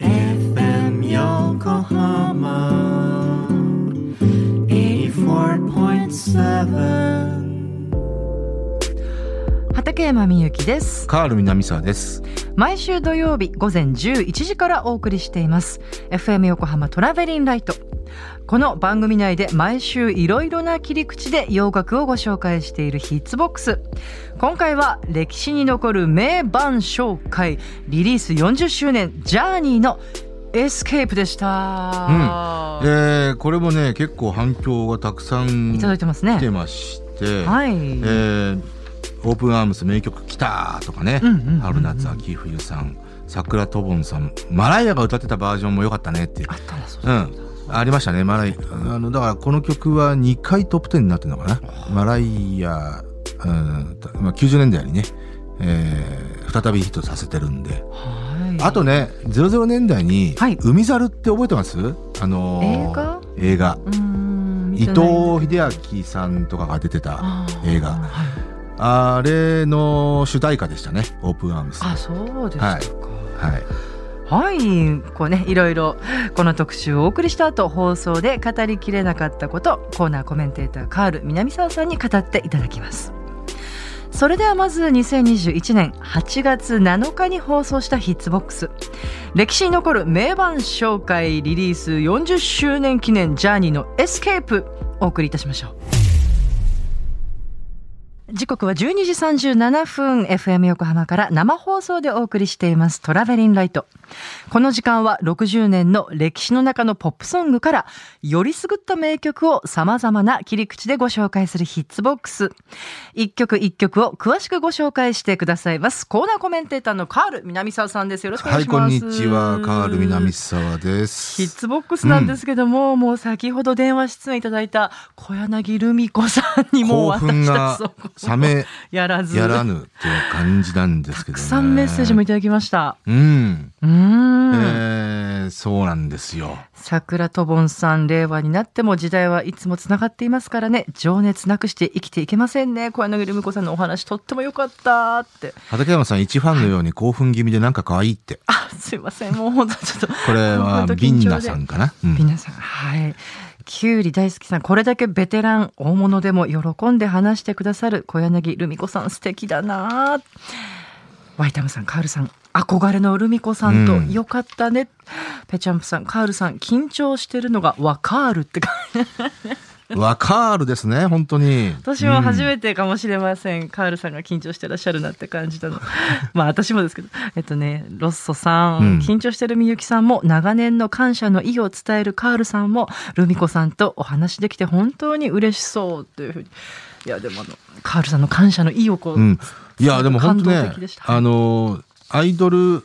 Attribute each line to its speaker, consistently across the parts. Speaker 1: FM Yokohama 84.7
Speaker 2: 畠山みゆきです
Speaker 1: カール南沢です。
Speaker 2: 毎週土曜日午前11時からお送りしています FM 横浜トラベリンライトこの番組内で毎週いろいろな切り口で洋楽をご紹介しているヒッツボックス今回は歴史に残る名盤紹介リリース40周年ジャーニーのエスケープでした、
Speaker 1: えー、これもね結構反響がたくさん
Speaker 2: いただい
Speaker 1: 来
Speaker 2: てますね
Speaker 1: てまして、
Speaker 2: はい、
Speaker 1: えーオープンアームス名曲「来た!」とかね、
Speaker 2: うんうんうんうん
Speaker 1: 春夏秋冬さん桜とぼんさんマライアが歌ってたバージョンも良かったねっていう
Speaker 2: あったなそう
Speaker 1: う
Speaker 2: だ
Speaker 1: ん、ありましたね、マライ。あの、だからこの曲は2回トップ10になってるのかな。マライア、うん、たまあ、90年代にね、えー再びヒットさせてるんで。
Speaker 2: はい
Speaker 1: あとね、00年代に、
Speaker 2: はい
Speaker 1: 海猿って覚えてますあのー
Speaker 2: 映画
Speaker 1: 映画
Speaker 2: うーん見
Speaker 1: 伊
Speaker 2: てないんだ
Speaker 1: 藤英明さんとかが出てた
Speaker 2: あー
Speaker 1: 映画。
Speaker 2: はい
Speaker 1: あれの主題歌でしたね、オープンアームス。
Speaker 2: あ、そうでしたか。
Speaker 1: はい。
Speaker 2: はい、こうね、いろいろこの特集をお送りした後、放送で語りきれなかったこと、コーナーコメンテーターカール南沢さんに語っていただきます。それではまず2021年8月7日に放送したヒッツボックス歴史に残る名盤紹介リリース40周年記念ジャーニーのエスケープお送りいたしましょう時刻は12時37分 FM 横浜から生放送でお送りしていますトラベリンライトこの時間は60年の歴史の中のポップソングからよりすぐった名曲を様々な切り口でご紹介するヒッツボックス一曲一曲を詳しくご紹介してくださいますコーナーコメンテーターのカール南沢さんですよろしくお願
Speaker 1: はいい、
Speaker 2: し
Speaker 1: こん
Speaker 2: ます
Speaker 1: にちは、カール南沢です。
Speaker 2: ヒッツボックスなんですけども、もう先ほど電話出演いただいた小柳ルミ子さんにもう
Speaker 1: 興奮
Speaker 2: 私た
Speaker 1: が
Speaker 2: ちそこ
Speaker 1: 冷め
Speaker 2: やらず
Speaker 1: やらぬっていう感じなんですけ
Speaker 2: た
Speaker 1: どね。
Speaker 2: くさんメッセージもいただきました。
Speaker 1: うん、
Speaker 2: うーん、
Speaker 1: えーそうなんですよ。
Speaker 2: 桜とぼんさん令和になっても時代はいつもつながっていますからね情熱なくして生きていけませんね小柳ルミ子さんのお話とっても良かったって
Speaker 1: 畠山さん一ファンのように興奮気味でなんか可愛いって。
Speaker 2: あすいませんもう本当ちょっと
Speaker 1: これは
Speaker 2: 本当緊張で
Speaker 1: ビンナさんかな。うん
Speaker 2: 皆さんはいキュウリ大好きさんこれだけベテラン大物でも喜んで話してくださる小柳ルミ子さん素敵だなワイタムさんカールさん憧れのルミ子さん
Speaker 1: う
Speaker 2: と
Speaker 1: ん
Speaker 2: よかったね、ペチャンプさんカールさん緊張してるのがわかるって感じ
Speaker 1: わかるですね、本当に。
Speaker 2: 私も初
Speaker 1: て。
Speaker 2: めてかもしれません、カールさんが緊張してらっしゃるなって感じたの まあ私もですけどえっとねロッソさん、
Speaker 1: うん
Speaker 2: 緊張してるみゆきさんも長年の感謝の意を伝えるカールさんもルミ子さんとお話できて本当に嬉しそうっていうふうにいやでもあのカールさんの感謝の意をこう、
Speaker 1: うん、いやでも本当
Speaker 2: 感
Speaker 1: ね
Speaker 2: 動的でし、た
Speaker 1: あのアイドル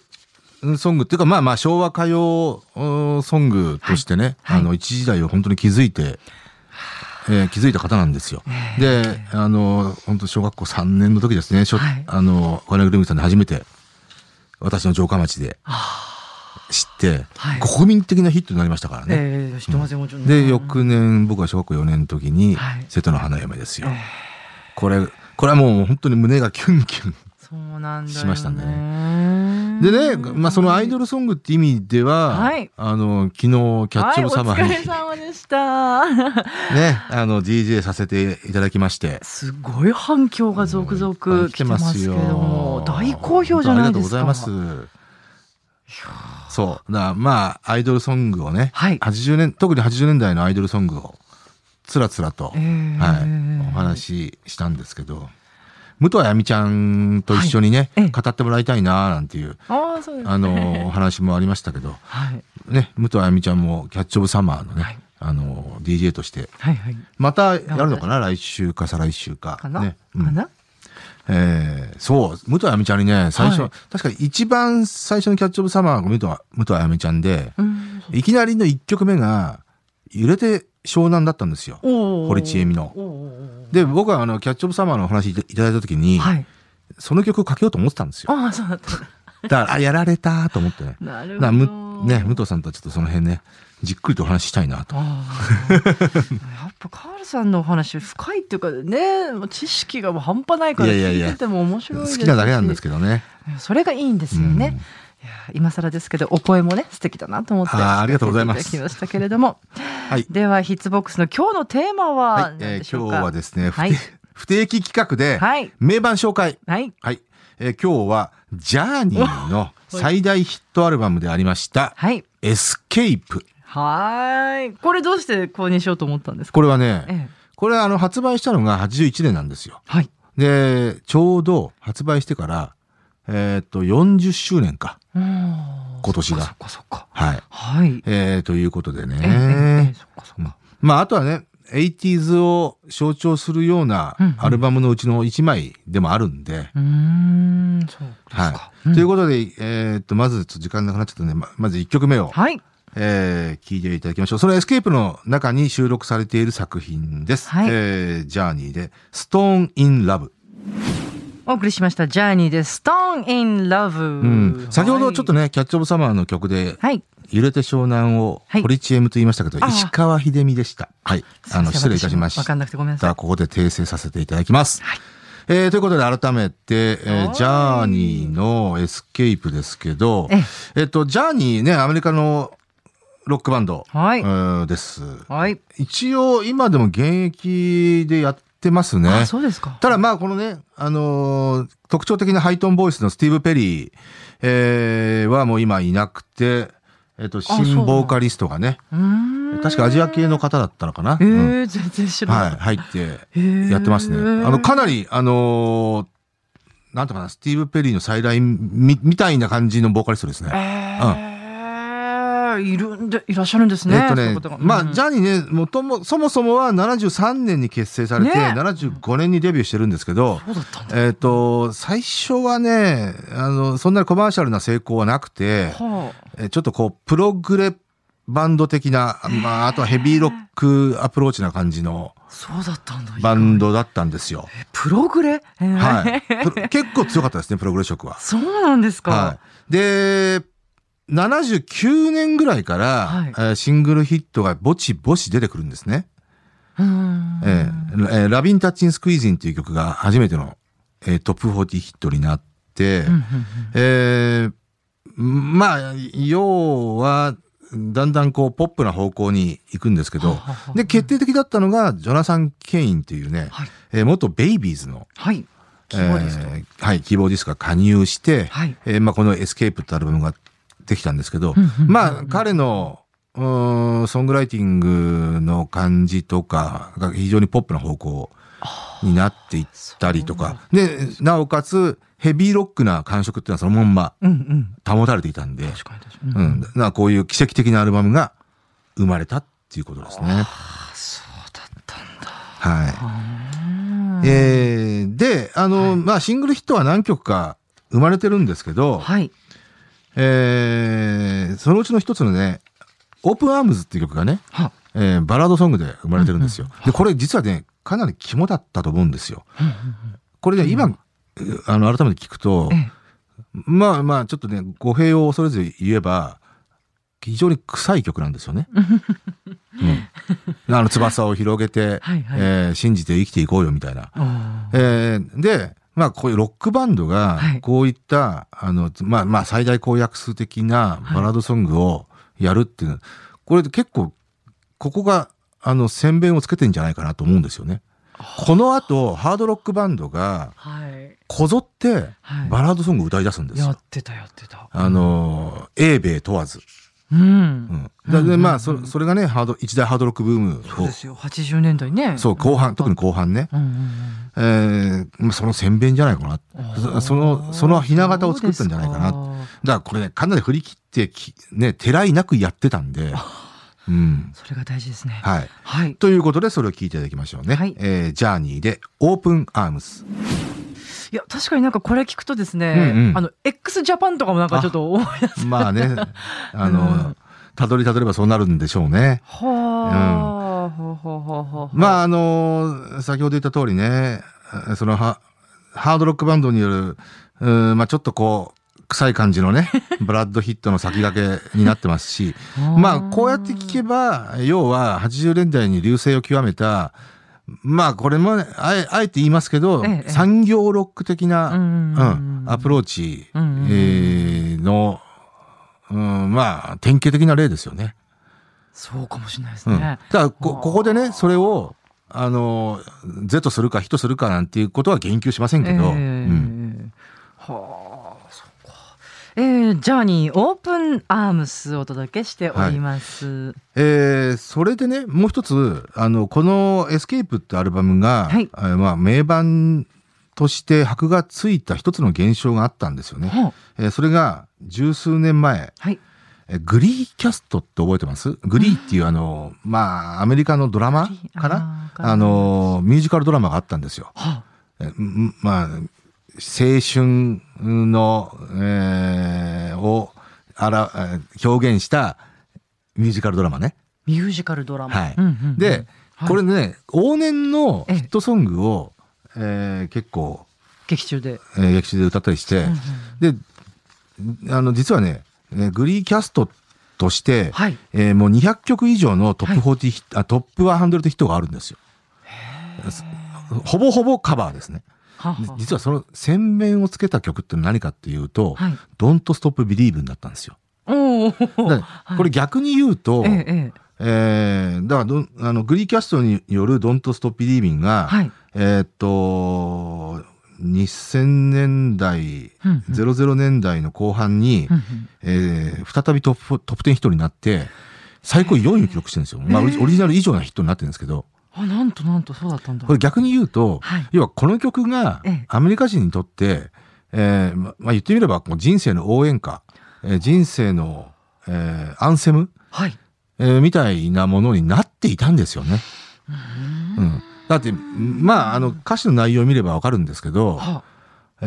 Speaker 1: ソングっていうかまあまあ昭和歌謡うんソングとしてね、
Speaker 2: はいはい
Speaker 1: あの一時代を本当に築いて、えー気づいた方なんですよ。で、あの本当小学校3年の時ですね、しょ
Speaker 2: はい
Speaker 1: あの小柳ルミさんで初めて私の城下町で知って、
Speaker 2: はい
Speaker 1: 国民的なヒットになりましたからね。
Speaker 2: えー知ってますよもちろん
Speaker 1: で翌年僕は小学校4年の時に
Speaker 2: はい
Speaker 1: 「瀬戸の花嫁」ですよ。これこれはもう本当に胸がキュンキュン。
Speaker 2: そうなんだよ、ね、
Speaker 1: しましたでね、まあ、そのアイドルソングって意味では、
Speaker 2: はい
Speaker 1: あの昨日キャッチオブサマーに、
Speaker 2: はい、お疲れ様でした
Speaker 1: ねあの DJ させていただきまして
Speaker 2: すごい反響が続々来てますけども、大好評じゃないですか。
Speaker 1: ありがとうございますそうだからまあアイドルソングをね、
Speaker 2: はい
Speaker 1: 80年特に80年代のアイドルソングをつらつらと、
Speaker 2: えー
Speaker 1: はい、お話ししたんですけど武藤あやみちゃんと一緒にね、
Speaker 2: はいええ
Speaker 1: 語ってもらいたいななんていう
Speaker 2: ああ、そうですね。
Speaker 1: あのお話もありましたけど
Speaker 2: はい、
Speaker 1: ね、武藤あやみちゃんもキャッチオブサマーのね、
Speaker 2: はい
Speaker 1: あの、DJ として、
Speaker 2: はい、はい。
Speaker 1: またやるのかな来週か再来週か。
Speaker 2: かな、
Speaker 1: ね、うん
Speaker 2: かな、
Speaker 1: ええーそう、武藤あやみちゃんにね、最初、
Speaker 2: はい
Speaker 1: 確か一番最初のキャッチオブサマーが武藤あ武藤あやみちゃんで、
Speaker 2: うん
Speaker 1: いきなりの1曲目が、揺れて湘南だったんですよ。
Speaker 2: おー
Speaker 1: 堀ちえみの
Speaker 2: おーおー
Speaker 1: で、僕はあの、キャッチオブサマーのお話いただいた時に、
Speaker 2: はい。
Speaker 1: その曲をかけようと思ってたんですよ。
Speaker 2: ああ、そうだった。
Speaker 1: だから、あ、やられたと思ってね。
Speaker 2: なる
Speaker 1: だ
Speaker 2: ほど。
Speaker 1: からむ、ね、武藤さんとはちょっとその辺ね、じっくりとお話ししたいなと。
Speaker 2: あ ーやっぱカールさんのお話深いっていうかねもう知識がもう半端ないから
Speaker 1: いやいやいや
Speaker 2: 聞いてても面白い
Speaker 1: 好
Speaker 2: ですし
Speaker 1: きなだけなんですけどね。
Speaker 2: それがいいんですよね、
Speaker 1: うん
Speaker 2: いや今更ですけどお声もね素敵だなと思って
Speaker 1: あーありがとうございます
Speaker 2: 聞せていただきましたけれども、
Speaker 1: はい
Speaker 2: ではヒッツボックスの今日のテーマは
Speaker 1: はい、
Speaker 2: 何
Speaker 1: え
Speaker 2: でし
Speaker 1: ー
Speaker 2: ょ
Speaker 1: 今
Speaker 2: う
Speaker 1: 日
Speaker 2: か、
Speaker 1: はですね、不定
Speaker 2: はい
Speaker 1: 不定期企画で、
Speaker 2: はい
Speaker 1: 名盤紹介。
Speaker 2: はい
Speaker 1: はい、えー今日は、ジャーニーの最大ヒットアルバムでありました、
Speaker 2: はい
Speaker 1: エスケープ。
Speaker 2: はーいこれどうして購入しようと思ったんですか
Speaker 1: これはね、
Speaker 2: ええ
Speaker 1: これはあの、発売したのが81年なんですよ。
Speaker 2: はい
Speaker 1: で、ちょうど発売してから、えーっと、40周年か。
Speaker 2: 今
Speaker 1: 今年が
Speaker 2: そっかそっか
Speaker 1: はい。
Speaker 2: はい
Speaker 1: えーということで
Speaker 2: ええええええ
Speaker 1: ね。
Speaker 2: そっかそっか
Speaker 1: うんまあ、あとはね、80s を象徴するような
Speaker 2: うんうん
Speaker 1: アルバムのうちの1枚でもあるんで。
Speaker 2: うーんそうですか、
Speaker 1: は
Speaker 2: う
Speaker 1: い。
Speaker 2: ん
Speaker 1: ということで、えーっと、まず、ちょっと時間なくなっちゃったんで、ままず1曲目を、
Speaker 2: はい
Speaker 1: えー聞いていただきましょう。そのエスケープの中に収録されている作品です。
Speaker 2: はい
Speaker 1: えージャーニーで、ストーン・イン・ラブ。
Speaker 2: お送りしましたジャーニーでストーンインラブ、
Speaker 1: うん。先ほどちょっと
Speaker 2: ね
Speaker 1: ね、キャッチオブサマーの曲で、
Speaker 2: はい
Speaker 1: 揺れて湘南を
Speaker 2: はい
Speaker 1: ポリチエムと言いましたけど、
Speaker 2: ああ
Speaker 1: 石川秀美でした。はい。あの、失礼いたしまし
Speaker 2: わかんなくてごめ んなさい
Speaker 1: た。。ここで訂正させていただきます。
Speaker 2: はい
Speaker 1: えーということで改めて、えー
Speaker 2: はい
Speaker 1: ジャーニーのエスケープですけど
Speaker 2: ええ、
Speaker 1: えっと、ジャーニーね、アメリカのロックバンド、
Speaker 2: はい
Speaker 1: うんです。
Speaker 2: はい。
Speaker 1: 一応今でも現役でやってますね。
Speaker 2: あ、そうですか。
Speaker 1: ただまあこのね、あのー特徴的なハイトーンボイスのスティーブ・ペリー、えーはもう今いなくて、えっと、新ボーカリストがね、
Speaker 2: うーん
Speaker 1: 確かアジア系の方だったのかな、
Speaker 2: え
Speaker 1: うん
Speaker 2: ー、全然知ら
Speaker 1: は、
Speaker 2: ないい。
Speaker 1: 入って
Speaker 2: えー
Speaker 1: やってますね。あの、かなり、あのーなんとかな、スティーブ・ペリーの再来み、みたいな感じのボーカリストですね。
Speaker 2: えーいるんで、いらっしゃるんですね。
Speaker 1: えっと
Speaker 2: そうい
Speaker 1: ね
Speaker 2: う方が、
Speaker 1: まあ、ジャ
Speaker 2: ゃ
Speaker 1: ーニーね、もとも、そもそもは73年に結成されて、
Speaker 2: ね
Speaker 1: 75年にデビューしてるんですけど、
Speaker 2: そうだったんだ。
Speaker 1: えっ、と、最初はね、あの、そんなにコマーシャルな成功はなくて、
Speaker 2: は
Speaker 1: えちょっとこう、プログレバンド的な、まあ、あとはヘビーロックアプローチな感じの
Speaker 2: あ、そうだったんだ。
Speaker 1: バンドだったんですよ。
Speaker 2: えプログレ、えー
Speaker 1: はい。プロ結構強かったですね、プログレ色は。
Speaker 2: そうなんですか。
Speaker 1: はい。で、79年ぐらいから、
Speaker 2: はい
Speaker 1: えーシングルヒットがぼちぼち出てくるんですね。
Speaker 2: うーん
Speaker 1: えーえーラビン・タッチン・スクイージンっていう曲が初めての、えートップ40ヒットになって、
Speaker 2: うんうんうん
Speaker 1: えーまあ、要は、だんだんこう、ポップな方向に行くんですけど
Speaker 2: はあはあは、あ
Speaker 1: で、決定的だったのが、ジョナサン・ケインというね、
Speaker 2: はい。
Speaker 1: えー元ベイビーズの、
Speaker 2: はい。希望ですと。
Speaker 1: えーはい、希望ディスクが加入して、
Speaker 2: はい
Speaker 1: えーまあ、このエスケープってアルバムができたんですけど
Speaker 2: うんうんうんう、ん
Speaker 1: まあ、彼の、うーんソングライティングの感じとかが非常にポップな方向になっていったりとか、で、なおかつヘビーロックな感触っていうのはそのまんま
Speaker 2: うんうん。
Speaker 1: 保たれていたんで、
Speaker 2: 確かに確かに。
Speaker 1: う。ん、なこういう奇跡的なアルバムが生まれたっていうことですね。
Speaker 2: あ、そうだったんだ。
Speaker 1: は
Speaker 2: あ
Speaker 1: い。
Speaker 2: ー
Speaker 1: えーで、あの、まあ、シングルヒットは何曲か生まれてるんですけど、
Speaker 2: はい。
Speaker 1: えーそのうちの一つのね、オープンアームズっていう曲がね、
Speaker 2: は。
Speaker 1: えーバラードソングで生まれてるんですよ
Speaker 2: うんうん。
Speaker 1: で、これ実はね、かなり肝だったと思うんですよ。
Speaker 2: うんうん
Speaker 1: これね、今、あの、改めて聞くと
Speaker 2: うん、ええ
Speaker 1: まあまあ、ちょっとね、語弊を恐れず言えば、非常に臭い曲なんですよね。うん、あの、翼を広げて、
Speaker 2: はいはい
Speaker 1: えー信じて生きていこうよみたいな。
Speaker 2: おー
Speaker 1: えーで、まあ、こういうロックバンドが
Speaker 2: はい、
Speaker 1: こういった、あの、まあまあ、最大公約数的なバラードソングをやるっていうのは、これ結構、ここが、あの、先弁をつけてんじゃないかなと思うんですよね。この後、ハードロックバンドが、
Speaker 2: はい。
Speaker 1: こぞって、
Speaker 2: はい
Speaker 1: バラードソングを歌い出すんですよ。
Speaker 2: やってたやってた。
Speaker 1: あのー、英米問わず。
Speaker 2: う。
Speaker 1: うんん。だ
Speaker 2: うんうんう
Speaker 1: で、
Speaker 2: ん
Speaker 1: まあ、そそれがね、ハード、一大ハードロックブームを、
Speaker 2: そうですよ。八十年代ね。
Speaker 1: そう後半、特に後半ね。
Speaker 2: うんうん
Speaker 1: えーまあその先鞭じゃないかな
Speaker 2: うん。
Speaker 1: そその、そのひな形を作ったんじゃないかな。だか
Speaker 2: な。
Speaker 1: らこれね、かなり振り切ってき、ね、てらいなくやってたんで、うん。
Speaker 2: それが大事ですね。い。
Speaker 1: はい。
Speaker 2: はい。
Speaker 1: ということで、それを聞いていただきましょうね。
Speaker 2: はい
Speaker 1: えージャーニーで、オープンアームス。
Speaker 2: いや確かになんかこれ聞くとですね、
Speaker 1: うんうん
Speaker 2: あの X ジャパンとかもなんかちょっと思い出す
Speaker 1: まあね、あの、
Speaker 2: うん
Speaker 1: たどりたどればそうなるんでしょうね。
Speaker 2: はあ、ほうほうほうほう
Speaker 1: ま
Speaker 2: あ
Speaker 1: あ、あの、先ほど言った通りね、そのハ、ハードロックバンドによる、うんまあちょっとこう、臭い感じのね、 ブラッドヒットの先駆けになってますし、まあこうやって聞けば、要は80年代に流星を極めた、まあこれもね、あえあえて言いますけど、
Speaker 2: ええ
Speaker 1: 産業ロック的な、
Speaker 2: うん
Speaker 1: うんアプローチ、
Speaker 2: うんうんうん
Speaker 1: えーの、うん、まあ、典型的な例ですよね。
Speaker 2: そうかもしれないです
Speaker 1: うん、
Speaker 2: ね
Speaker 1: だ、から
Speaker 2: あ
Speaker 1: こ、
Speaker 2: ー
Speaker 1: ここでね、それを、あの、是とするか非とするかなんていうことは言及しませんけど、
Speaker 2: ええ
Speaker 1: うん
Speaker 2: はあそうかえー、ジャーニーオープンアームスお届けしております、
Speaker 1: えーそれでね、もう一つ、あの、このエスケープってアルバムが、
Speaker 2: はい
Speaker 1: えーまあ、名盤として箔がついた一つの現象があったんですよね。
Speaker 2: ほう
Speaker 1: えーそれが、十数年前、
Speaker 2: はい
Speaker 1: えグリーキャストって覚えてますグリーっていうあの、まあ、アメリカのドラマかな
Speaker 2: あー
Speaker 1: あの、ミュージカルドラマがあったんですよ。
Speaker 2: は
Speaker 1: えんまあ、青春の、えーをあら、えー表現したミュージカルドラマね。
Speaker 2: ミュージカルドラマ、
Speaker 1: はい
Speaker 2: うんうんうん
Speaker 1: で、
Speaker 2: はい
Speaker 1: これね、往年のヒットソングを、えー結構、
Speaker 2: 劇中で、
Speaker 1: えー、劇中で歌ったりして、
Speaker 2: うんうん
Speaker 1: で、あの、実はね、えーグリーキャストとして、
Speaker 2: はい
Speaker 1: えーもう200曲以上のトップ40ヒット、あトップ100ヒットがあるんですよ。ほぼほぼカバーですね。
Speaker 2: は
Speaker 1: で実はその洗面をつけた曲って何かっていうと、
Speaker 2: はい
Speaker 1: Don't Stop Believe だったんですよ。
Speaker 2: おお
Speaker 1: だからこれ逆に言うと、
Speaker 2: ええええ
Speaker 1: えーだからどんあのグリーキャストによる Don't Stop Believing が、
Speaker 2: はい
Speaker 1: えーっと、2000年代、
Speaker 2: うんうん
Speaker 1: 00年代の後半に、
Speaker 2: うんうん
Speaker 1: えー再びトップトップ10ヒットになって、最高位4位を記録してるんですよ。まあ、オリオリジナル以上なヒットになってるんですけど、
Speaker 2: あなんとなんとそうだったんだ
Speaker 1: これ逆に言うと、
Speaker 2: はい
Speaker 1: 要はこの曲が
Speaker 2: ええ
Speaker 1: アメリカ人にとって、えーままあ、言ってみればこう人生の応援歌、えー人生の、えーアンセム、
Speaker 2: はい
Speaker 1: えーみたいなものになっていたんですよね。うん、だって、まあ、あの歌詞の内容を見ればわかるんですけど、
Speaker 2: は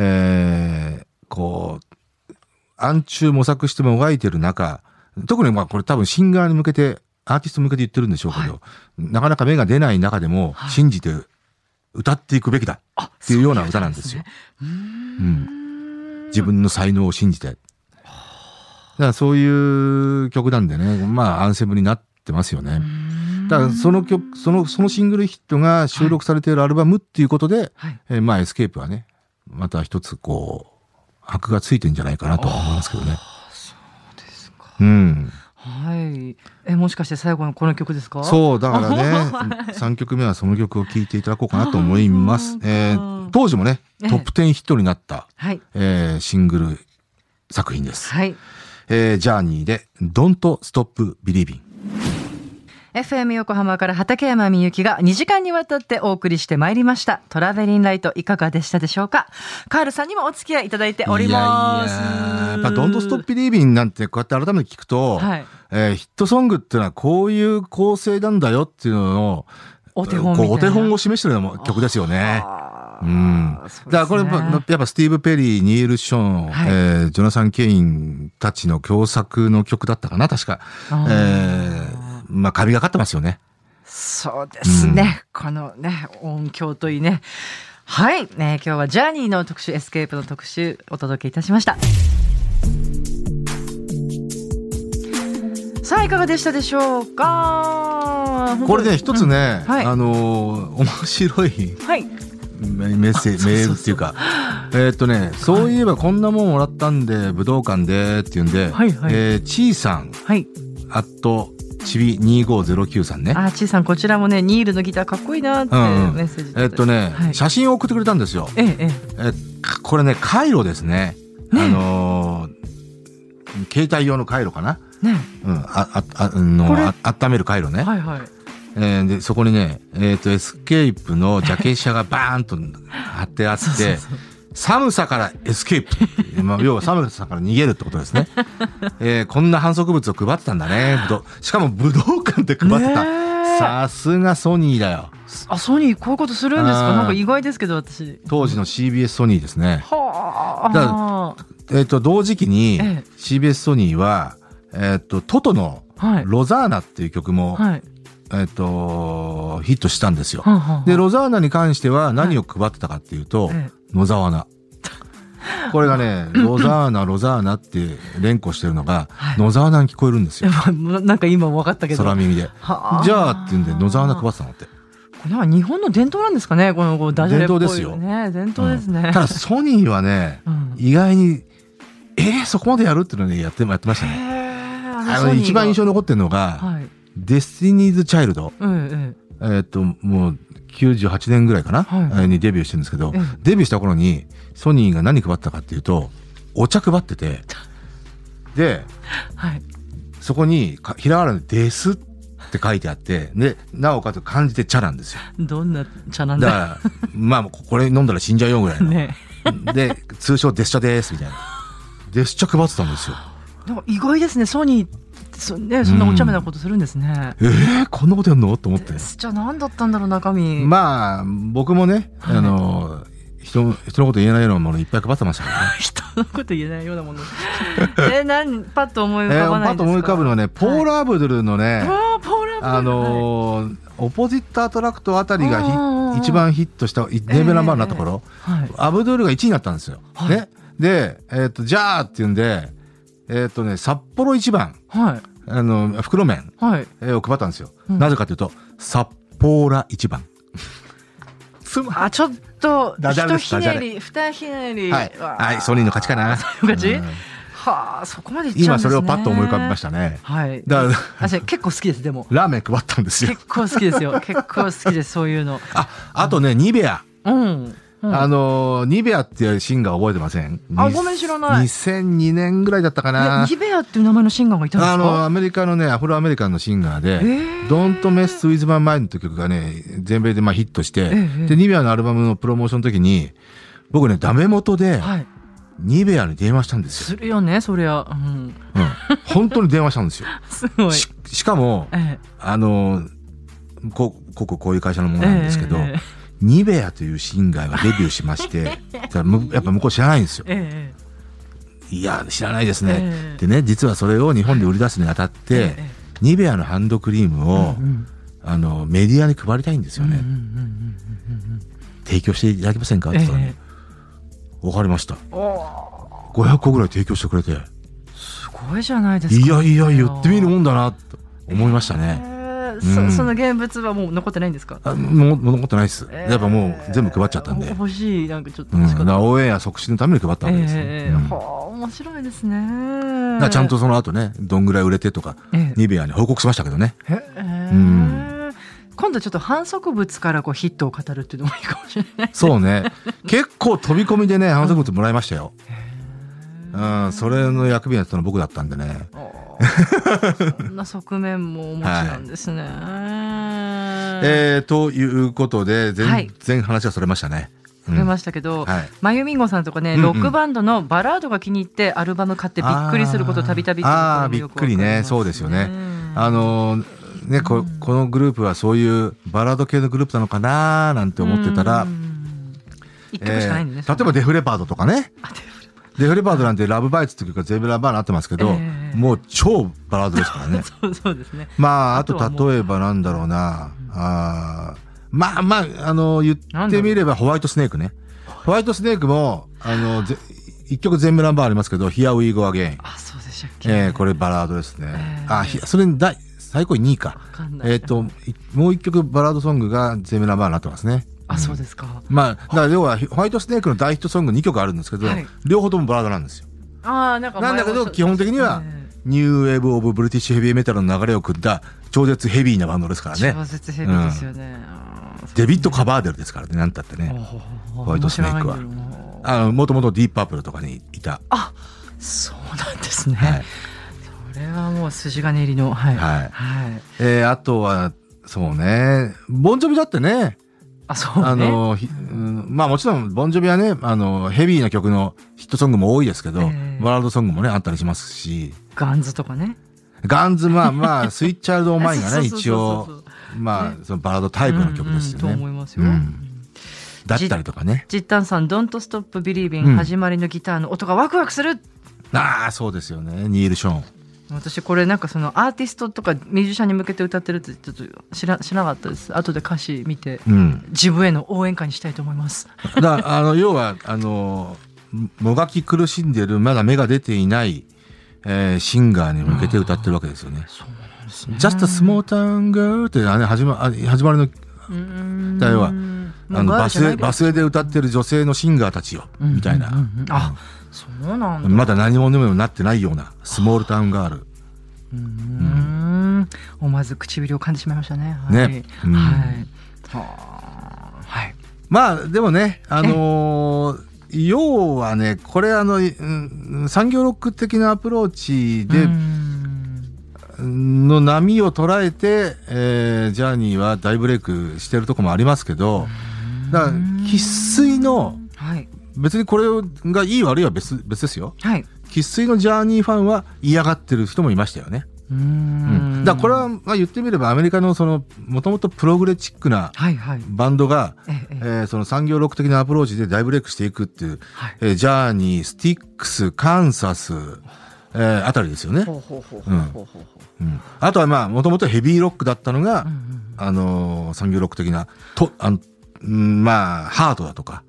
Speaker 1: えーこう、暗中模索してもがいてる中、特にまあこれ多分シンガーに向けて、アーティストに向けて言ってるんでしょうけど、なかなか目が出ない中でも
Speaker 2: はい
Speaker 1: 信じて歌っていくべきだ
Speaker 2: あ
Speaker 1: っていうような歌なんですよ。うん自分の才能を信じて。だからそういう曲なんでね、まあアンセムになってますよね。だからその曲、その、そのシングルヒットが収録されているアルバムっていうことで、
Speaker 2: はい
Speaker 1: えーまあエスケープはね、また一つこう、箔がついてんじゃないかなとは思いますけどね。
Speaker 2: ですか
Speaker 1: うん。
Speaker 2: はいえもしかして最後のこの曲ですか
Speaker 1: そう、だからね、3 曲目はその曲を聴いていただこうかなと思います
Speaker 2: あ。ー
Speaker 1: えー当時もね、
Speaker 2: ええ
Speaker 1: トップ10ヒットになった、
Speaker 2: はい
Speaker 1: えーシングル作品です。
Speaker 2: はい
Speaker 1: えージャーニーで、Don't Stop Believing。
Speaker 2: FM 横浜から畠山みゆきが2時間にわたってお送りしてまいりました。トラベリンライトいかがでしたでしょうかカールさんにもお付き合いいただいております。
Speaker 1: いやいややっぱ Don't Stop Believing なんてこうやって改めて聞くと、
Speaker 2: はい
Speaker 1: えーヒットソングっていうのはこういう構成なんだよっていうのを、
Speaker 2: お手本みたいな
Speaker 1: こうお手本を示してるような曲ですよね。
Speaker 2: あ
Speaker 1: う
Speaker 2: ー
Speaker 1: ん。
Speaker 2: そうですね
Speaker 1: だからこれやっぱやっぱスティーブ・ペリー、ニール・ショーン、
Speaker 2: はい
Speaker 1: えージョナサン・ケインたちの共作の曲だったかな、確か。え
Speaker 2: あー
Speaker 1: ーまあ、神がかってますよね。
Speaker 2: そうですね、このね音響といいねはい、ね、今日はジャーニーの特集エスケープの特集お届けいたしましたさあいかがでしたでしょうか
Speaker 1: これね、一つ、ね、
Speaker 2: うんはい
Speaker 1: あのー面白い
Speaker 2: 本当にうんはい
Speaker 1: メメッセージ、メールっていうか、えーっとね、そういえばこんなもんもらったんで、武道館でっていうんで、
Speaker 2: はいはい
Speaker 1: えーちいさん、
Speaker 2: はい
Speaker 1: あと、ちび2509さんね。
Speaker 2: あーちいさんこちらもねニールのギターかっこいいなってメ
Speaker 1: うんうん
Speaker 2: ッセージいただい、
Speaker 1: えーってとね、
Speaker 2: はい
Speaker 1: 写真を送ってくれたんですよ。
Speaker 2: ええええ
Speaker 1: えかこれね回路ですねあのー携帯用の回路かな、
Speaker 2: ね
Speaker 1: うん、ああああの
Speaker 2: これ
Speaker 1: あ温める回路ね、
Speaker 2: はいはい
Speaker 1: えーでそこにね、えー、とエスケープのジャケ写がバーンと貼ってあっ て
Speaker 2: そうそうそう
Speaker 1: 寒さからエスケープってい う。まあ、要は寒さから逃げるってことですね。えーこんな反則物を配ってたんだね。ぶどしかも武道館で配ってた。
Speaker 2: ねえ
Speaker 1: さすがソニーだよ。
Speaker 2: あソニーこういうことするんですか
Speaker 1: あー
Speaker 2: なんか意外ですけど私
Speaker 1: 当時の CBS ソニーですね。だ
Speaker 2: は
Speaker 1: えっ、と、同時期に
Speaker 2: ええ
Speaker 1: CBS ソニーは、えっ、と、トトの
Speaker 2: あはい
Speaker 1: ロザーナっていう曲も、
Speaker 2: はい
Speaker 1: えっ、と、ヒットしたんですよ。
Speaker 2: はあはあ
Speaker 1: で、ロザーナに関しては何を配ってたかっていうと、
Speaker 2: え
Speaker 1: 野沢菜。これ がね、ロザーナ、ロザーナって連呼してるのが、
Speaker 2: はい
Speaker 1: 野沢菜に聞こえるんです
Speaker 2: え
Speaker 1: よ。
Speaker 2: まあもうなんか今分かったけど
Speaker 1: 空耳で。
Speaker 2: は
Speaker 1: じゃあって言うんで、野沢菜配
Speaker 2: こ
Speaker 1: ってたのって。
Speaker 2: れなんか日本の伝統なんですかねこのこうダジャレっぽい
Speaker 1: 伝統ですよ
Speaker 2: ね伝統です
Speaker 1: う
Speaker 2: ね
Speaker 1: んただ、ソニーはね、
Speaker 2: うん
Speaker 1: 意外に、えー、そこまでやるっていうのね、やってやってました
Speaker 2: へ
Speaker 1: ね。
Speaker 2: え
Speaker 1: あ
Speaker 2: ソ
Speaker 1: の、
Speaker 2: ニー
Speaker 1: 一番印象に残ってるのが、
Speaker 2: はい
Speaker 1: デスティニーズ・チャイルド。
Speaker 2: うんうん
Speaker 1: えーっと、もう、98年ぐらいかな、
Speaker 2: はい
Speaker 1: えーにデビューしてるんですけど
Speaker 2: ええ、
Speaker 1: デビューした頃に、ソニーが何配ってたかっていうと、お茶配ってて、で、
Speaker 2: はい
Speaker 1: そこにか、ひらがなでですって書いてあって、で、なおかつ漢字で茶なんですよ。
Speaker 2: どんな茶なん
Speaker 1: だ
Speaker 2: だ
Speaker 1: から、まあ、ここれ飲んだら死んじゃうよぐらいの。
Speaker 2: ね
Speaker 1: で、通称デス茶です、みたいな。デス茶配ってたんですよ。
Speaker 2: なんか意外ですねソニーそ,、ね、そんなお茶目なことするんですね、
Speaker 1: えー、こんなことやんのと思って。
Speaker 2: じゃあ何だったんだろう中身、
Speaker 1: まあ、僕もね、
Speaker 2: はい
Speaker 1: あの、人、人のこと言えないようなものいっぱい配ってましたからね。
Speaker 2: 人のこと言えないようなものえ何パッと思い
Speaker 1: え
Speaker 2: 浮か
Speaker 1: ー、
Speaker 2: ば
Speaker 1: パ
Speaker 2: ないんです
Speaker 1: ッ
Speaker 2: か、
Speaker 1: と思い浮かぶのはね、ポーラーブドゥルのね、
Speaker 2: うわーポーラーブルー
Speaker 1: あのーオポジットアトラクトあたりがひ
Speaker 2: うんうんうん
Speaker 1: 一番ヒットした、いレベルナンバーになった頃、
Speaker 2: はい、はい
Speaker 1: アブドゥールが1位になったんですよ。
Speaker 2: はい
Speaker 1: ね。で、えっ、と、じゃあって言うんで、えっ、とね、札幌一番、
Speaker 2: はい
Speaker 1: あの、袋麺
Speaker 2: はい
Speaker 1: えーを配ったんですよ。
Speaker 2: うん
Speaker 1: なぜかというと、札幌一 番。つま
Speaker 2: あちょっと
Speaker 1: ダジャレ
Speaker 2: 一
Speaker 1: です
Speaker 2: ひ
Speaker 1: ダジャ
Speaker 2: ね
Speaker 1: レ
Speaker 2: り二ひねり
Speaker 1: はい。
Speaker 2: わ
Speaker 1: はい、ソニーの勝ち かな。
Speaker 2: の勝ち
Speaker 1: うん
Speaker 2: はあそこまでいっちゃうん
Speaker 1: 今
Speaker 2: です
Speaker 1: そ
Speaker 2: ね
Speaker 1: れをパッと思い浮かびましたたね。
Speaker 2: はい
Speaker 1: だから
Speaker 2: 私結構好きですで も
Speaker 1: ラーメン配ったんですよ。
Speaker 2: 結構好きですよ結構好きですそういうの
Speaker 1: あ、あとね、ニベア。
Speaker 2: うん、うん、
Speaker 1: あのーニベアっていうシンガー覚えてません
Speaker 2: あごめん知らない
Speaker 1: 2002年ぐらいだったかな
Speaker 2: ね。ニベアっていう名前のシンガーがいたんですか
Speaker 1: あの、アメリカのね、アフロアメリカンのシンガーで、
Speaker 2: えー
Speaker 1: Don't Mess With My Mind という曲がね、全米でまあヒットして、
Speaker 2: ええ
Speaker 1: で、ニベアのアルバムのプロモーションの時に、僕ね、ダメ元で、
Speaker 2: はい
Speaker 1: ニベアに電話したんですよ。
Speaker 2: するよねそりゃ、うん、
Speaker 1: うん。本当に電話したん ですよ。
Speaker 2: すごい
Speaker 1: ししかも、
Speaker 2: え
Speaker 1: あのー、こ、こここういう会社のも
Speaker 2: え
Speaker 1: のなんですけど、
Speaker 2: ええ
Speaker 1: ニベアというシンガーがデビューしま して、だからむやっぱ向こう知らないんですよ。
Speaker 2: ええ
Speaker 1: いや、知らないです
Speaker 2: え
Speaker 1: ね。
Speaker 2: え
Speaker 1: でね、実はそれを日本で売り出すにあたって、
Speaker 2: ええ
Speaker 1: ニベアのハンドクリームを、
Speaker 2: うんうん
Speaker 1: あのメディアに配りたいんですよね、
Speaker 2: うんうんうん
Speaker 1: 提供していただけませんかっ
Speaker 2: え
Speaker 1: て
Speaker 2: え
Speaker 1: 言ったらね、わかりました
Speaker 2: うんお
Speaker 1: 500個ぐらい提供してくれて
Speaker 2: すごいじゃないですか
Speaker 1: いやいや言ってみるも
Speaker 2: ん
Speaker 1: んだなと思いましたね、うん
Speaker 2: そその現物はもう残ってないんですか
Speaker 1: あもうもう残ってないです、
Speaker 2: ええ
Speaker 1: やっぱもう全部配っちゃったんで、
Speaker 2: 欲しいなんかちょっと
Speaker 1: うん、
Speaker 2: 欲
Speaker 1: だ
Speaker 2: しか
Speaker 1: か
Speaker 2: った
Speaker 1: ら応援や促進のために配ったわけですね、
Speaker 2: ええ
Speaker 1: うんだ
Speaker 2: は
Speaker 1: か
Speaker 2: あ面白いですね
Speaker 1: らちゃんとその後ねどんぐらい売れてとか、
Speaker 2: ええ
Speaker 1: ニベアに報告しましたけどね
Speaker 2: へえ
Speaker 1: うん
Speaker 2: 今度ちょっと反則物からこうヒットを語るっていうのもいいかもしれ ない
Speaker 1: そうね結構飛び込みでね反則物もらいましたよ、うん、それの役目やってたの僕だったんでね
Speaker 2: あーそんな側面もお持ちなんですね。
Speaker 1: えー、ということで
Speaker 2: はい
Speaker 1: 全然話がそれましたね。うん
Speaker 2: 増えましたけど、
Speaker 1: はい
Speaker 2: まゆみんごさんとかね、
Speaker 1: うんうん
Speaker 2: ロックバンドのバラードが気に入ってアルバム買ってびっくりすることたびたび
Speaker 1: あーびっくりねそうですよね。あのーねここのグループはそういうバラード系のグループなのかなーなんて思ってたら、
Speaker 2: うん一
Speaker 1: え
Speaker 2: 曲しかないんでね、
Speaker 1: ー例えばデフレパードとかね
Speaker 2: あでも
Speaker 1: デフレパードなんて「ラブバイツ」というか全部ラバーになってますけど、
Speaker 2: ええ
Speaker 1: もう超バラードですから ね
Speaker 2: そうそうですね
Speaker 1: まああ
Speaker 2: あとはも
Speaker 1: と
Speaker 2: う
Speaker 1: 例えばなんだろうな、あーまあまああの言ってみればホワイトスネークねホワイトスネークもあのぜ一曲全部ランバーありますけど「Here We Go Again」
Speaker 2: あそうでしたっけ、
Speaker 1: えー、これバラードですね。
Speaker 2: えー
Speaker 1: あ、ひそれに第最高位2位か。
Speaker 2: かんない
Speaker 1: えっ、と、いもう一曲バラードソングがゼメラバーになってますね。
Speaker 2: あそうですか
Speaker 1: まあ、だから要はホワイトスネークの大ヒットソング2曲あるんですけど、
Speaker 2: はい
Speaker 1: 両方ともバラードなんですよ。
Speaker 2: あーなんか前
Speaker 1: なん
Speaker 2: も
Speaker 1: だけ
Speaker 2: ちょ
Speaker 1: ど、基本的には、ニューウェーブ・オブ・ブリティッシュ・ヘビー・メタルの流れを組んだ超絶ヘビーなバンドですからね
Speaker 2: 超。絶ヘビーですよね、あー
Speaker 1: デビッド・カバーデルですからね、なんたってね。
Speaker 2: ホ
Speaker 1: ホワイトスネークはあの、もともとディープ・パープルとかにいた。
Speaker 2: あそうなんですね、
Speaker 1: はい
Speaker 2: それはもう筋金入りのはい
Speaker 1: はい
Speaker 2: はい
Speaker 1: えーあとは、そうね、ボンジョビだってね、
Speaker 2: あそうね
Speaker 1: あの、ひうんまあもちろん、ボンジョビはね、あの、ヘビーな曲のヒットソングも多いですけど、
Speaker 2: ええ
Speaker 1: バラードソングもね、あったりしますし、
Speaker 2: ガンズとかね
Speaker 1: ガンズ、まあま あ、スイッチャールド・オーマインがね、
Speaker 2: そうそうそ
Speaker 1: 一
Speaker 2: うそう
Speaker 1: 応、まあ、そのバラードタイプの曲ですよ
Speaker 2: うんうんと
Speaker 1: ね。
Speaker 2: 思いますよ、
Speaker 1: う
Speaker 2: うんん
Speaker 1: だったりとかね。
Speaker 2: ジッタンさん「Don't Stop Believing、
Speaker 1: うん
Speaker 2: 始まりのギターの音がワクワクする
Speaker 1: ああ、そうですよね。ニール・ショーン。
Speaker 2: 私これなんかそのアーティストとかミュージシャンに向けて歌ってるってちょっと知ら知らなかったです後で歌詞見て
Speaker 1: うん。
Speaker 2: 自分への応援歌にしたいと思います
Speaker 1: だから、あの、要は、あの、もがき苦しんでる、まだ芽が出ていない、えーシンガーに向けて歌ってるわけですよね。
Speaker 2: そうなんですね
Speaker 1: Just a small town girl って、あれ、始ま、あ始まりのだ要はあのバスへバスへで歌ってる女性のシンガーたちよ、みたいな、
Speaker 2: あそうなんだ
Speaker 1: まだ何者にもなってないようなスモールタウンガール
Speaker 2: うん思わず唇を噛んでしまいましたねはい
Speaker 1: ねうん
Speaker 2: はいはあはい
Speaker 1: まあでもねあのー要はねこれあの、うん産業ロック的なアプローチで、
Speaker 2: うん
Speaker 1: の波を捉えて、えージャーニーは大ブレイクしてるとこもありますけどだから生粋の
Speaker 2: はい
Speaker 1: 別にこれがいい悪いは別別ですよ
Speaker 2: はい
Speaker 1: 生粋のジャーニーファンは嫌がってる人もいましたよね。
Speaker 2: う
Speaker 1: うん
Speaker 2: ん
Speaker 1: だからこれはまあ言ってみればアメリカのそのもともとプログレチックな
Speaker 2: はいはい
Speaker 1: バンドが、
Speaker 2: えええ
Speaker 1: え
Speaker 2: え
Speaker 1: ーその産業ロック的なアプローチで大ブレイクしていくっていう、
Speaker 2: はい
Speaker 1: えージャーニースティックスカンサス、えーあたりですよね、
Speaker 2: ほうほうほうほうほうほうほ
Speaker 1: うんあとはまあもともとヘビーロックだったのが、
Speaker 2: ううんうん
Speaker 1: あのー産業ロック的なとあのうんまあハードだとか、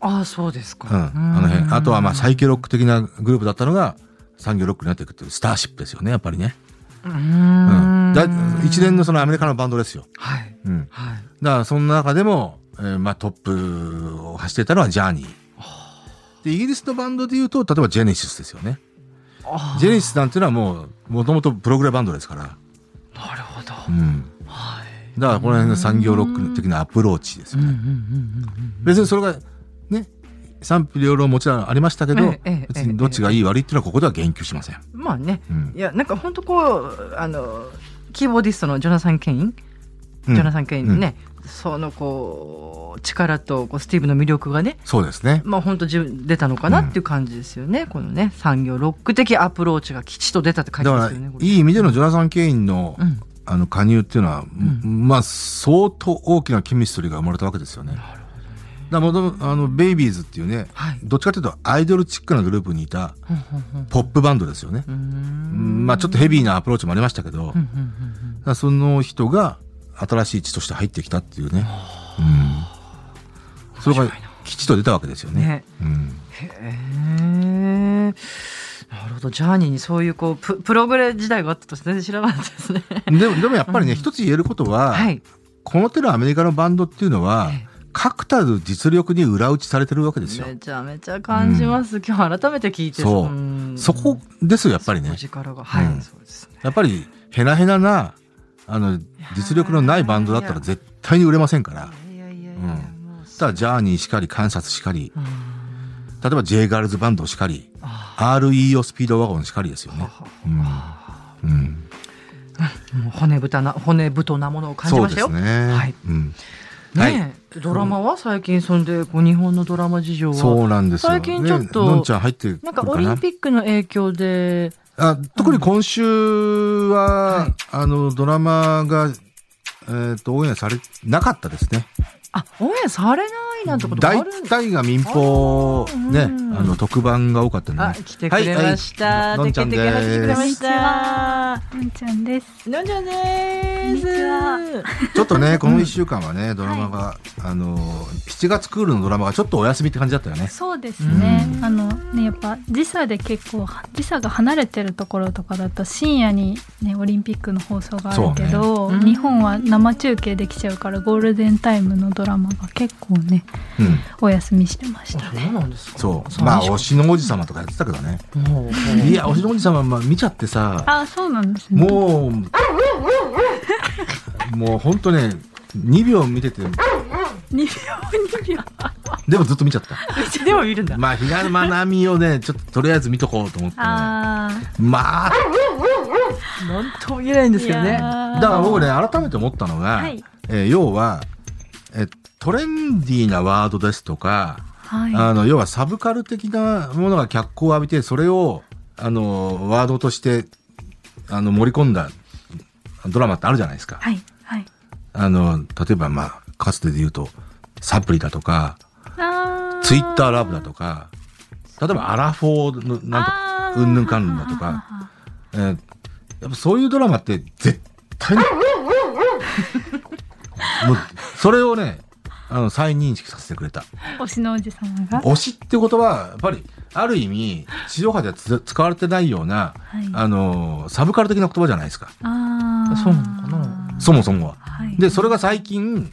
Speaker 2: ああそうですか
Speaker 1: うんあの辺あとはまあサ
Speaker 2: イ
Speaker 1: イケロック的なグループだったのが産業ロックになっていくっていうスターシップですよねやっぱりね、
Speaker 2: う
Speaker 1: うんん、だ一連のそのアメリカのバンドですよ、
Speaker 2: はい
Speaker 1: うん、
Speaker 2: はい
Speaker 1: だからその中でも、えーまあ、トップを走ってたのはジャーニー。でイギリスのバンドでいうと例えばジェネシスですよね。
Speaker 2: あー
Speaker 1: ジェネシスなんていうのはもうもともとプログレバンドですから、
Speaker 2: なるほど
Speaker 1: うん、
Speaker 2: はい
Speaker 1: だからこの辺の産業ロック的なアプローチです
Speaker 2: う
Speaker 1: よ
Speaker 2: んうんう
Speaker 1: ね。
Speaker 2: ん
Speaker 1: 別にそれがね賛否両論もちろんありましたけど、
Speaker 2: ええええ
Speaker 1: 別にどっちがいい悪いっていうのはここでは言及しません。
Speaker 2: うんまあね
Speaker 1: うん
Speaker 2: いやなんか本当こうあのキーボーディストのジョナサン・ケインジ
Speaker 1: うん
Speaker 2: ョナサン・ケインねそのこう力とこうスティーブの魅力がね
Speaker 1: そうですね。
Speaker 2: まあ本当自分出たのかなっていう感じですよねこのね産業ロック的アプローチがきちっと出たって書い
Speaker 1: だ
Speaker 2: てま
Speaker 1: か
Speaker 2: すよねこ
Speaker 1: ら
Speaker 2: れ
Speaker 1: いい意味でのジョナサン・ケインの,、
Speaker 2: うん
Speaker 1: あの加入っていうのは、まあ相当大きなケミストリーが生まれたわけですよね。
Speaker 2: なるほど
Speaker 1: だからもともとあのベイビーズっていうね、
Speaker 2: はい
Speaker 1: どっちかというとアイドルチックなグループにいた
Speaker 2: ほんほんほん
Speaker 1: ポップバンドですよね
Speaker 2: う、ーん
Speaker 1: うんまあちょっとヘビーなアプローチもありましたけど、
Speaker 2: うん
Speaker 1: だ
Speaker 2: う
Speaker 1: か
Speaker 2: んうんうん
Speaker 1: らその人が新しい血として入ってきたっていうね、うん、それがきちっと出たわけですよね。
Speaker 2: ね
Speaker 1: うん
Speaker 2: へえ。なるほど。ジャーニーにそういうこうププログレ時代があったと全然知らなかったですね。
Speaker 1: でもでもやっぱりね、一つ言えること は、
Speaker 2: はい。
Speaker 1: この手のアメリカのバンドっていうのは、
Speaker 2: え
Speaker 1: 確たる実力に裏打ちされてるわけですよ。
Speaker 2: めちゃめちゃ感じます。今日改めて聞いて。
Speaker 1: そう
Speaker 2: うん
Speaker 1: そこですよやっぱりね。
Speaker 2: お力がはい、
Speaker 1: うん
Speaker 2: そうですね。
Speaker 1: やっぱりヘナヘナなあの実力のないバンドだったら絶対に売れませんから。
Speaker 2: いやいやいやいや、
Speaker 1: う
Speaker 2: もう
Speaker 1: ただジャーニーしかり観察しかり
Speaker 2: うん
Speaker 1: 例えば J ガールズバンドしかり
Speaker 2: あ
Speaker 1: REO スピードワゴンしかりですよね。うんうん、
Speaker 2: ーもう骨ぶたな骨太なものを感じましたよ。
Speaker 1: そうですね。
Speaker 2: はい
Speaker 1: うんはい
Speaker 2: ねえドラマは最近そんでこう日本のドラマ事情は
Speaker 1: そうなんですよ。
Speaker 2: 最近ちょっと
Speaker 1: ねのんちゃん入ってくる
Speaker 2: な
Speaker 1: か
Speaker 2: ん
Speaker 1: な
Speaker 2: かオリンピックの影響で
Speaker 1: あ特に今週は、あのドラマが、えー、とオンエアされなかったですね。
Speaker 2: あオンエアされないなんてことがあ
Speaker 1: 大
Speaker 2: るんですね
Speaker 1: 体が民放
Speaker 2: あー
Speaker 1: ね、
Speaker 2: うん
Speaker 1: あの特番が多かったんでね
Speaker 2: あ、来てくれました。
Speaker 1: はいはい
Speaker 2: テケテケ走ってくれました。
Speaker 3: なんちゃんです。
Speaker 2: のんちゃんです。
Speaker 3: こんにち
Speaker 1: ちょっとね、この1週間はね、ドラマが、あのー、7月クールのドラマがちょっとお休みって感じだったよね。
Speaker 3: そうですね。
Speaker 1: うん
Speaker 3: あのねやっぱ時差で結構時差が離れてるところとかだと深夜にねオリンピックの放送があるけ
Speaker 2: そ
Speaker 3: ど、
Speaker 2: うねうん
Speaker 3: 日本は生中継できちゃうからゴールデンタイムのドラマが結構ね
Speaker 1: うん。
Speaker 3: お休みしてまし
Speaker 2: あ
Speaker 3: た
Speaker 2: そう
Speaker 3: ね。
Speaker 2: なんですか。
Speaker 1: そう。まあ、
Speaker 2: 寂
Speaker 1: 推
Speaker 2: し
Speaker 1: しの王子様とかやってたけどね。
Speaker 2: くもうもう
Speaker 1: いや、推しの王子様、まあ、見ちゃってさ、
Speaker 3: あ、そうなんですね。
Speaker 1: もう、もうほんとね、2秒見てて、
Speaker 3: 二秒二秒。
Speaker 1: でもずっと見ちゃった。
Speaker 2: う ちでもいるんだ。
Speaker 1: まあ、ひなまなみをね、ちょっととりあえず見とこうと思ってね。
Speaker 3: あ
Speaker 1: まあ、
Speaker 2: なんとも言えないん
Speaker 3: あ。
Speaker 2: ですけど
Speaker 3: い
Speaker 2: ね。
Speaker 3: やー
Speaker 1: だから僕ね、改めて思ったのが、
Speaker 3: はい
Speaker 1: えー要は、えートレンディーなワードですとか、
Speaker 3: はい。
Speaker 1: あの要はサブカル的なものが脚光を浴びてそれをあのワードとしてあの盛り込んだドラマってあるじゃないですか。
Speaker 3: はい。はい。
Speaker 1: あの例えば、まあ、かつてで言うとサプリだとか
Speaker 3: あ
Speaker 1: ツイッターラブだとか例えばアラフォーのなんとか
Speaker 3: か
Speaker 1: うんぬんかんぬんだとか。えーやっぱそういうドラマって絶対に もうそれをねあの再認識させてくれた。
Speaker 3: 推しのおじさまが。
Speaker 1: 推しって言葉はやっぱりある意味地上波ではつ使われてないような、
Speaker 3: はい。
Speaker 1: あのサブカル的な言葉じゃないですか
Speaker 3: あー
Speaker 2: そうなのかな
Speaker 1: そもそもは。
Speaker 3: はい。
Speaker 1: でそれが最近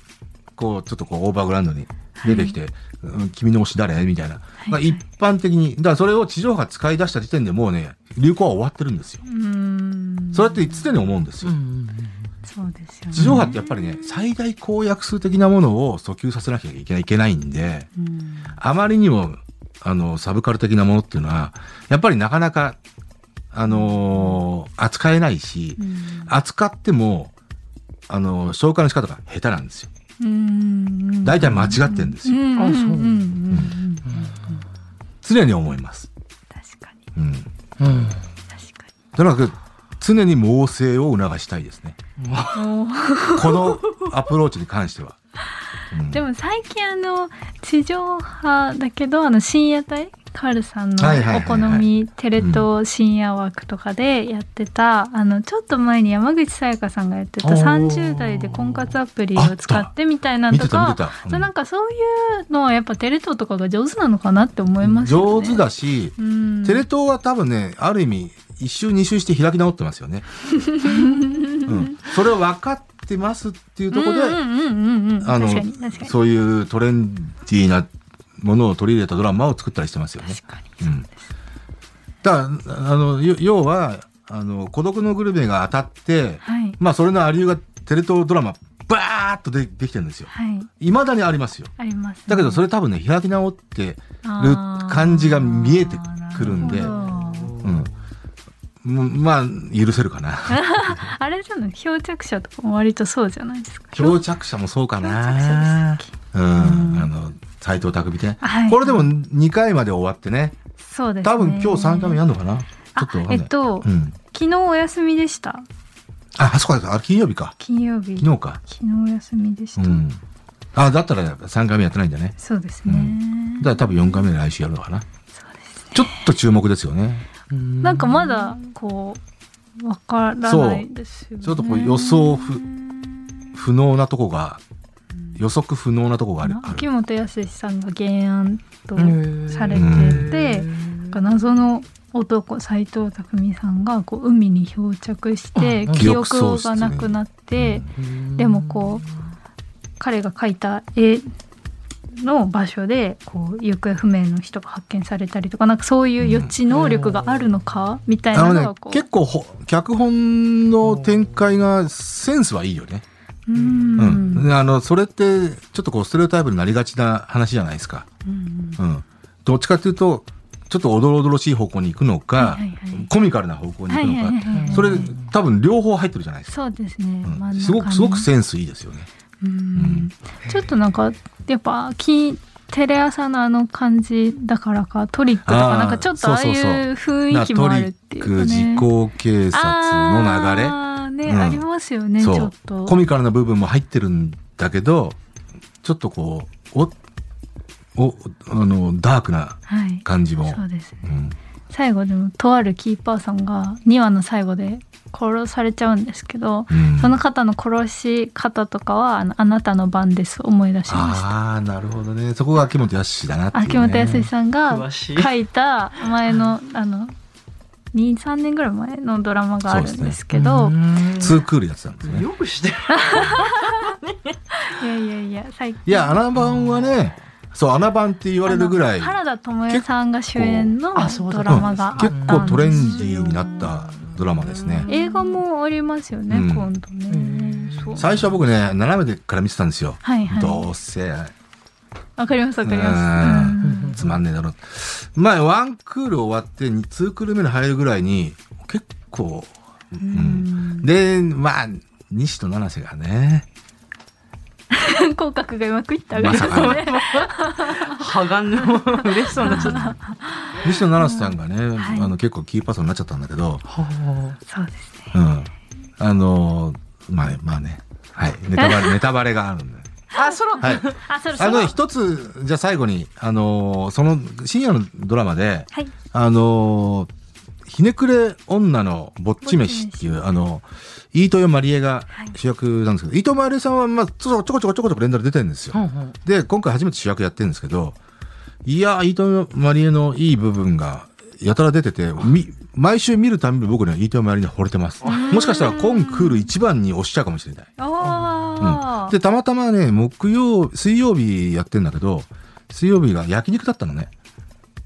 Speaker 1: こうちょっとこうオーバーグラウンドに出てきて「うん君の推し誰?」みたいな、
Speaker 3: い
Speaker 1: まあ、一般的にだからそれを地上波使い出した時点でもうね流行は終わってるんですよ
Speaker 3: うーん。
Speaker 1: それって常に思うんです
Speaker 2: う
Speaker 1: よ、
Speaker 2: ん
Speaker 3: そうですよね。
Speaker 1: 地上波ってやっぱりね最大公約数的なものを訴求させなきゃいけないいけないんで
Speaker 4: うん
Speaker 1: あまりにも、あの、サブカル的なものっていうのは、やっぱりなかなか、あのー扱えないし、扱っても、あのー紹介の仕方が下手なんですよ。
Speaker 3: うーん。
Speaker 1: 大体間違ってんですよ。
Speaker 3: うん。
Speaker 2: あそうん
Speaker 3: んん
Speaker 1: 常に思います。
Speaker 3: 確かに。
Speaker 1: うん。
Speaker 2: うん
Speaker 3: 確か
Speaker 1: とにかく、常に猛省を促したいですね。
Speaker 3: に。おー
Speaker 1: このアプローチに関しては。うん
Speaker 3: でも最近あの地上波だけどあの深夜帯カールさんの
Speaker 1: はいはいはいはい
Speaker 3: お好みテレ東深夜枠とかでやってた、あのちょっと前に山口さやかさんがやってた
Speaker 1: おー
Speaker 3: 30代で婚活アプリを使ってみたいなの
Speaker 1: 見
Speaker 3: と
Speaker 1: てた見
Speaker 3: か
Speaker 1: てた。
Speaker 3: そう
Speaker 1: うん
Speaker 3: なんかそういうのはやっぱテレ東とかが上手なのかなって思いますよ
Speaker 1: 上
Speaker 3: ね。
Speaker 1: 手だし、
Speaker 3: うん、
Speaker 1: テレ東は多分ね、ある意味、一周二周して開き直ってますよ ね。うん、それを分かってますっていうところで、
Speaker 3: うんうんうんうんうん、
Speaker 1: あの
Speaker 3: 確かに確かに
Speaker 1: そういうトレンディーなものを取り入れたドラマを作ったりしてますよね。
Speaker 3: 確か
Speaker 1: う
Speaker 3: に、
Speaker 1: ん、だから、あの、よ要は、あの、孤独のグルメが当たって、
Speaker 3: はい
Speaker 1: まあ、それのありゆうがテレ東ドラマ、バーっとでできてるんですよ。
Speaker 3: はい
Speaker 1: いまだにありますよ。
Speaker 3: あります、ね、
Speaker 1: だけど、そ
Speaker 3: れ
Speaker 1: れ多分ね、開き直って、る感じが見えてくるんでうん。もうまあ、許せるか な。
Speaker 3: あれじゃない漂着者とかも割とそうじゃないですか。
Speaker 1: 漂着者もそうか
Speaker 3: 漂着者
Speaker 1: な。
Speaker 3: でしたっけ
Speaker 1: うん。あの、斎藤匠ね。
Speaker 3: はい
Speaker 1: これでも2回まで終わってね。
Speaker 3: そうです、ね。
Speaker 1: 多分今日3回目やるのかな。ちょっとわかんな
Speaker 3: あえ
Speaker 1: い。
Speaker 3: っと、
Speaker 1: うん。
Speaker 3: 昨日お休みでした。
Speaker 1: あ、あそこだ。あ、金曜日か。
Speaker 3: 金曜日。
Speaker 1: 昨日か。
Speaker 3: 昨日お休みでし
Speaker 1: う
Speaker 3: た。
Speaker 1: ん。あ、だったら3回目やってないんだね。
Speaker 3: そうですね。
Speaker 1: うだから多分4回目で来週やるのかな。
Speaker 3: そうですね。
Speaker 1: ちょっと注目ですよね。
Speaker 2: うん
Speaker 3: なんかまだこうわからないですよね。
Speaker 1: ちょっとこう予想不、不能なとこが、予測不能なとこがある。あ
Speaker 3: 秋
Speaker 1: る
Speaker 3: 元康さんが原案とされ
Speaker 1: うん
Speaker 3: てて、なんか謎の男斎藤工さんがこう海に漂着して
Speaker 2: あ
Speaker 3: 記
Speaker 1: 記憶喪
Speaker 3: 憶
Speaker 1: 失
Speaker 3: がなくなって、
Speaker 1: うん
Speaker 3: でもこう彼が描いた絵の場所でこう行方不明の人が発見されたりとかなんかそういう予知能力があるのか、みたい
Speaker 1: あ
Speaker 3: な
Speaker 1: の
Speaker 3: の
Speaker 1: ね
Speaker 3: がこ、う
Speaker 1: 結構ほ、脚本の展開がセンスはいいよね。
Speaker 3: う
Speaker 1: うんん。あの、それって、ちょっとこう、ステレオタイプになりがちな話じゃないですか。
Speaker 4: うん
Speaker 1: うん、どっちかというとちょっとおどろおどろしい方向に行くのか、
Speaker 3: はいはいはい
Speaker 1: コミカルな方向に
Speaker 3: は
Speaker 1: 行
Speaker 3: い
Speaker 1: くの
Speaker 3: はい
Speaker 1: か、
Speaker 3: はいはい
Speaker 1: それ多分両方入ってるじゃないですか、
Speaker 3: そうですね、
Speaker 1: うん
Speaker 3: 真ん中に
Speaker 1: すごくすごくセンスいいですよね。
Speaker 3: うんちょっとなんかやっぱきテレ朝のあの感じだからかトリックと
Speaker 1: あー
Speaker 3: かなんかちょっとああい
Speaker 1: そう
Speaker 3: う
Speaker 1: そう
Speaker 3: 雰囲気もあるっていうか、ね、
Speaker 1: トリック時効警察の流れ、
Speaker 3: あーね、
Speaker 1: うん
Speaker 3: ありますよねち
Speaker 1: そ
Speaker 3: ょ
Speaker 1: う
Speaker 3: っと
Speaker 1: コミカルな部分も入ってるんだけどちょっとこうおおあのダークな
Speaker 3: はい
Speaker 1: 感じも
Speaker 3: そ。うですね
Speaker 1: うん
Speaker 3: 最後でもとあるキーパーさんが2話の最後で殺されちゃうんですけど、
Speaker 1: うん
Speaker 3: その方の殺し方とかはあのあなたの番です思い出しました
Speaker 1: ああなるほどねそこが秋元康だなっていう、ね、
Speaker 3: 秋元康さんが
Speaker 2: 詳しい
Speaker 3: 書いた前のあの23年ぐらい前のドラマがあるんですけど
Speaker 2: うん
Speaker 1: ツークールやってたんですね。
Speaker 2: よくしてる
Speaker 3: いやいやいや最近
Speaker 1: いや、穴番はね、そう、穴番って言われるぐらい、
Speaker 3: あの原田知世さんが主演の
Speaker 2: 結構あそうだ
Speaker 3: ドラマがあったん
Speaker 1: 結
Speaker 3: ですよ
Speaker 1: 構トレンディーになったドラマですね。
Speaker 3: 映画もありますよね、
Speaker 1: うん
Speaker 3: 今度ねそう
Speaker 1: 最初は僕ね、斜めでから見てたんですよ。
Speaker 3: はいはい
Speaker 1: どうせ、
Speaker 3: わかりますわかります
Speaker 1: うん
Speaker 3: うん
Speaker 1: つまんねえだろ。前、ワンクール終わって、にツークール目に入るぐらいに、結構、うん。で、まあ、西と七瀬がね、
Speaker 3: 口角がうまくいった
Speaker 1: まさか
Speaker 3: ね。
Speaker 2: はがんの嬉しそうになっちゃった。は
Speaker 1: 西野七瀬さんがね、
Speaker 3: はい
Speaker 1: あの結構キーパーソンになっちゃったんだけど、
Speaker 2: あ
Speaker 3: そうですね。
Speaker 1: うん、あのまあまあね、はい、ネタ バレネタバレがあるんで。
Speaker 2: あ、そろ、
Speaker 1: はい、
Speaker 3: あ、そろそ
Speaker 1: あ
Speaker 3: ろ。
Speaker 1: の
Speaker 3: はい。
Speaker 1: 一つじゃあ最後にあのその深夜のドラマであのひねくれ女のぼっち飯っていう、あの、飯豊まりえが主役なんですけど、飯豊まりえさんは、まあ、ちょこちょこちょこちょこ連ドラ出てるんですよ。
Speaker 2: うんうん
Speaker 1: で、今回初めて主役やってるんですけど、いやー、飯豊まりえのいい部分が、やたら出てて、み毎週見るたびに僕には飯豊まりえに惚れてます。もしかしたらコンクール一番に押しちゃうかもしれない。
Speaker 3: あ
Speaker 1: で、たまたまね、木曜、水曜日やってんだけど、水曜日が焼肉だったのね。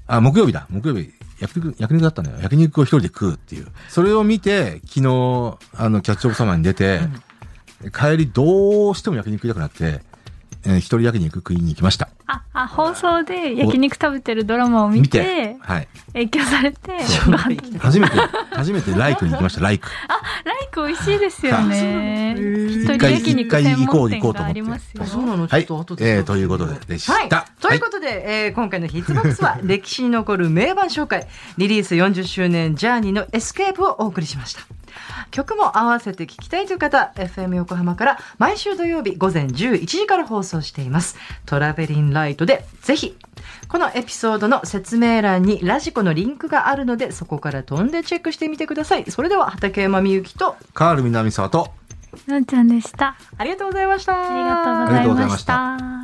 Speaker 1: あ、木曜日だ。木曜日。焼肉、焼肉だったのよ。焼肉を一人で食うっていう。それを見て、昨日、あの、キャッチオブサマーに出て、帰りどうしても焼肉食いたくなって、えー一人焼肉食いに行きました。
Speaker 3: あ。あ、あ、放送で焼肉食べてるドラマを見て、
Speaker 1: はい。
Speaker 3: 影響されて、
Speaker 1: そ
Speaker 3: ご飯できた
Speaker 1: 初めて、初めてライクに行きました、ライク。
Speaker 3: ライク美味しいですよね。一人
Speaker 1: 一回
Speaker 3: 焼肉専門店がありますよ
Speaker 2: あ、。そうなの、ちょ
Speaker 1: は
Speaker 2: っ
Speaker 1: い
Speaker 2: と後。で。
Speaker 1: えー、ということで、でし
Speaker 2: はい
Speaker 1: た。、
Speaker 2: ということで、えー今回のヒッツボックス は歴史に残る名盤紹介リリース40周年ジャーニーのエスケープをお送りしました曲も合わせて聞きたいという方 FM 横浜から毎週土曜日午前11時から放送していますトラベリンライトでぜひこのエピソードの説明欄にラジコのリンクがあるのでそこから飛んでチェックしてみてくださいそれでは畠山みゆきと
Speaker 1: カール南沢と、
Speaker 3: なんちゃんでした。
Speaker 2: ありがとうございました
Speaker 3: ありがとうご
Speaker 1: あ
Speaker 3: ざ
Speaker 1: りがと
Speaker 3: いう
Speaker 1: ござい
Speaker 3: ま
Speaker 1: ま
Speaker 3: し。
Speaker 1: した